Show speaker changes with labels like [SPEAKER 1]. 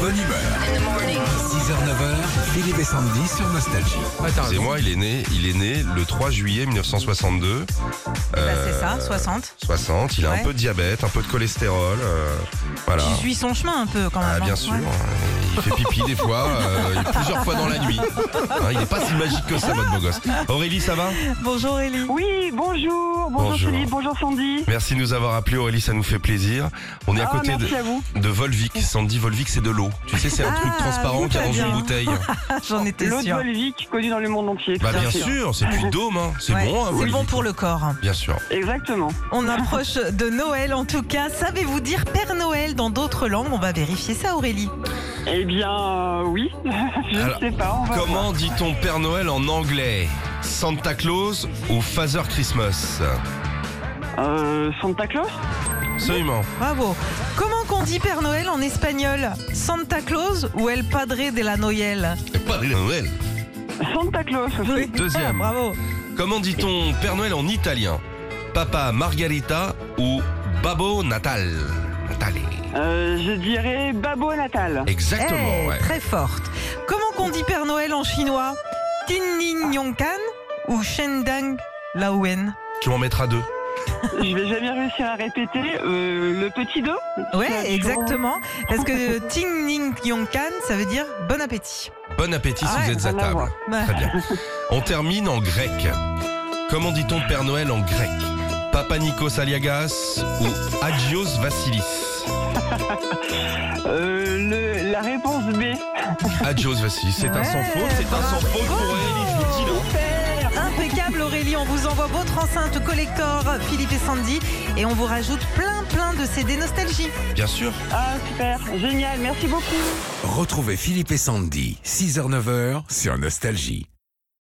[SPEAKER 1] bonne humeur. 6h-9h, Philippe et Sandy sur Nostalgie.
[SPEAKER 2] C'est moi, il est né, il est né le 3 juillet 1962, Euh,
[SPEAKER 3] Bah, c'est ça, 60.
[SPEAKER 2] 60. Il a un
[SPEAKER 3] Ouais.
[SPEAKER 2] peu de diabète, un peu de cholestérol. euh, voilà.
[SPEAKER 3] Qui suit son chemin un peu quand
[SPEAKER 2] Ah,
[SPEAKER 3] même. hein.
[SPEAKER 2] bien sûr,
[SPEAKER 3] Ouais.
[SPEAKER 2] euh, il fait pipi des fois, euh, et plusieurs fois dans la nuit. Hein, il n'est pas si magique que ça, votre beau gosse. Aurélie, ça va
[SPEAKER 3] Bonjour Ellie.
[SPEAKER 4] Oui, bonjour, bonjour,
[SPEAKER 2] Bonjour.
[SPEAKER 4] Philippe, bonjour Sandy.
[SPEAKER 2] Merci de nous avoir appelé, Aurélie, ça nous fait plaisir. On est à
[SPEAKER 4] Ah,
[SPEAKER 3] Oh,
[SPEAKER 2] côté de,
[SPEAKER 4] merci à vous.
[SPEAKER 2] de Volvic. Sandy, Volvic, c'est de l'eau. Tu sais, c'est un truc
[SPEAKER 3] Ah,
[SPEAKER 2] transparent
[SPEAKER 3] oui,
[SPEAKER 2] qu'il y a
[SPEAKER 3] très
[SPEAKER 2] dans une
[SPEAKER 3] bien.
[SPEAKER 2] bouteille.
[SPEAKER 3] J'en étais
[SPEAKER 4] L'eau de
[SPEAKER 3] sûre.
[SPEAKER 4] Volvic, connue dans le monde entier.
[SPEAKER 2] Bah, bien sûr, c'est puits d'eau, hein. c'est
[SPEAKER 3] Ouais,
[SPEAKER 2] bon, hein,
[SPEAKER 3] c'est
[SPEAKER 2] Volvic.
[SPEAKER 3] bon pour le corps.
[SPEAKER 2] Bien sûr.
[SPEAKER 4] Exactement.
[SPEAKER 3] On approche de Noël en tout cas. Savez-vous dire Père Noël dans d'autres langues On va vérifier ça Aurélie.
[SPEAKER 4] Eh bien, euh, oui, je
[SPEAKER 2] Alors,
[SPEAKER 4] ne sais pas. On va voir.
[SPEAKER 2] Comment dit-on Père Noël en anglais Santa Claus ou Father Christmas
[SPEAKER 4] Euh, Santa Claus
[SPEAKER 2] Absolument.
[SPEAKER 3] Bravo. Comment qu'on dit Père Noël en espagnol Santa Claus ou El Padre de la Noël
[SPEAKER 2] Père Noël.
[SPEAKER 4] Santa Claus aussi.
[SPEAKER 2] Deuxième.
[SPEAKER 3] Bravo.
[SPEAKER 2] Comment dit-on Père Noël en italien Papa Margarita ou Babbo Natal Natale.
[SPEAKER 4] Euh, je dirais Babo Natal.
[SPEAKER 2] Exactement,
[SPEAKER 3] Eh,
[SPEAKER 2] ouais.
[SPEAKER 3] Très forte. Comment qu'on dit Père Noël en chinois Tinlinyongkan ou Shendang Laouen
[SPEAKER 2] Tu m'en mettras deux.
[SPEAKER 4] Je vais jamais réussir à répéter euh, le petit dos.
[SPEAKER 3] Ouais, exactement. Parce que Tinlinyongkan, ça veut dire bon appétit.
[SPEAKER 2] Bon appétit si
[SPEAKER 3] Ah
[SPEAKER 2] vous
[SPEAKER 3] ouais,
[SPEAKER 2] êtes à
[SPEAKER 4] on va
[SPEAKER 2] table.
[SPEAKER 4] voir.
[SPEAKER 3] Bah,
[SPEAKER 2] Très bien. On termine en grec. Comment dit-on Père Noël en grec Papa Nikos Aliagas ou Agios Vassilis
[SPEAKER 4] Euh, le- la réponse B.
[SPEAKER 2] Agios Vassilis, c'est un sans
[SPEAKER 3] Ouais,
[SPEAKER 2] faute, c'est un sans faute pour Aurélie, hein. je vous le dis, là.
[SPEAKER 3] Impeccable Aurélie, on vous envoie votre enceinte collector Philippe et Sandy et on vous rajoute plein plein de CD nostalgie.
[SPEAKER 2] Bien sûr.
[SPEAKER 4] Ah, super, génial, merci beaucoup.
[SPEAKER 1] Retrouvez Philippe et Sandy, 6h-9h sur Nostalgie.